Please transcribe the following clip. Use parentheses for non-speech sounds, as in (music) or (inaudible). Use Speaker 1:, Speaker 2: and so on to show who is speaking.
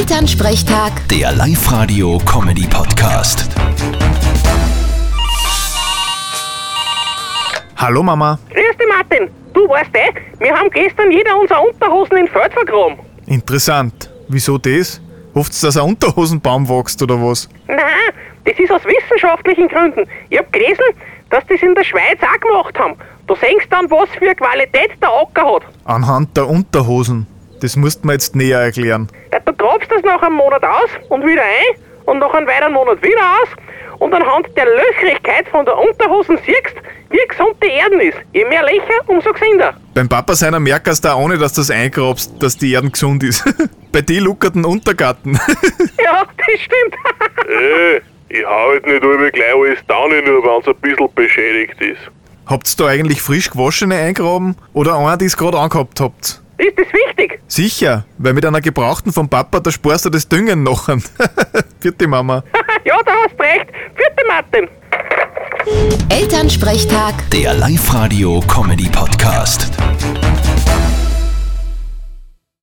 Speaker 1: Elternsprechtag,
Speaker 2: Der Live-Radio-Comedy-Podcast.
Speaker 3: Hallo Mama.
Speaker 4: Grüß dich, Martin. Du weißt eh, wir haben gestern jeder unsere Unterhosen in den Feld vergraben.
Speaker 3: Interessant. Wieso das? Hoffts, dass ein Unterhosenbaum wächst oder was?
Speaker 4: Nein, das ist aus wissenschaftlichen Gründen. Ich hab gelesen, dass das in der Schweiz auch gemacht haben. Da senkst dann, was für eine Qualität der Acker hat.
Speaker 3: Anhand der Unterhosen. Das musst mir jetzt näher erklären.
Speaker 4: Ja, du grabst das nach einem Monat aus und wieder ein und nach einem weiteren Monat wieder aus und anhand der Löchrigkeit von der Unterhosen siehst, wie gesund die Erden ist. Je mehr Löcher, umso gesünder.
Speaker 3: Beim Papa seiner merkerst du auch ohne, dass du das eingrabst, dass die Erden gesund ist. (laughs) Bei dir luckerten Untergarten. (laughs)
Speaker 4: Ja, (laughs) das stimmt.
Speaker 5: Äh, ich hau halt nicht immer gleich alles down, nur wenn's ein bisschen beschädigt ist.
Speaker 3: Habt's da eigentlich frisch gewaschene eingraben oder einer, die es gerade angehabt habt?
Speaker 4: ist das wichtig?
Speaker 3: Sicher, weil mit einer gebrauchten vom Papa, da sparst du das Düngen nachher. (laughs) Vierte Mama.
Speaker 4: ja, da hast du recht. Vierte Martin.
Speaker 1: Elternsprechtag.
Speaker 2: Der Live-Radio-Comedy-Podcast.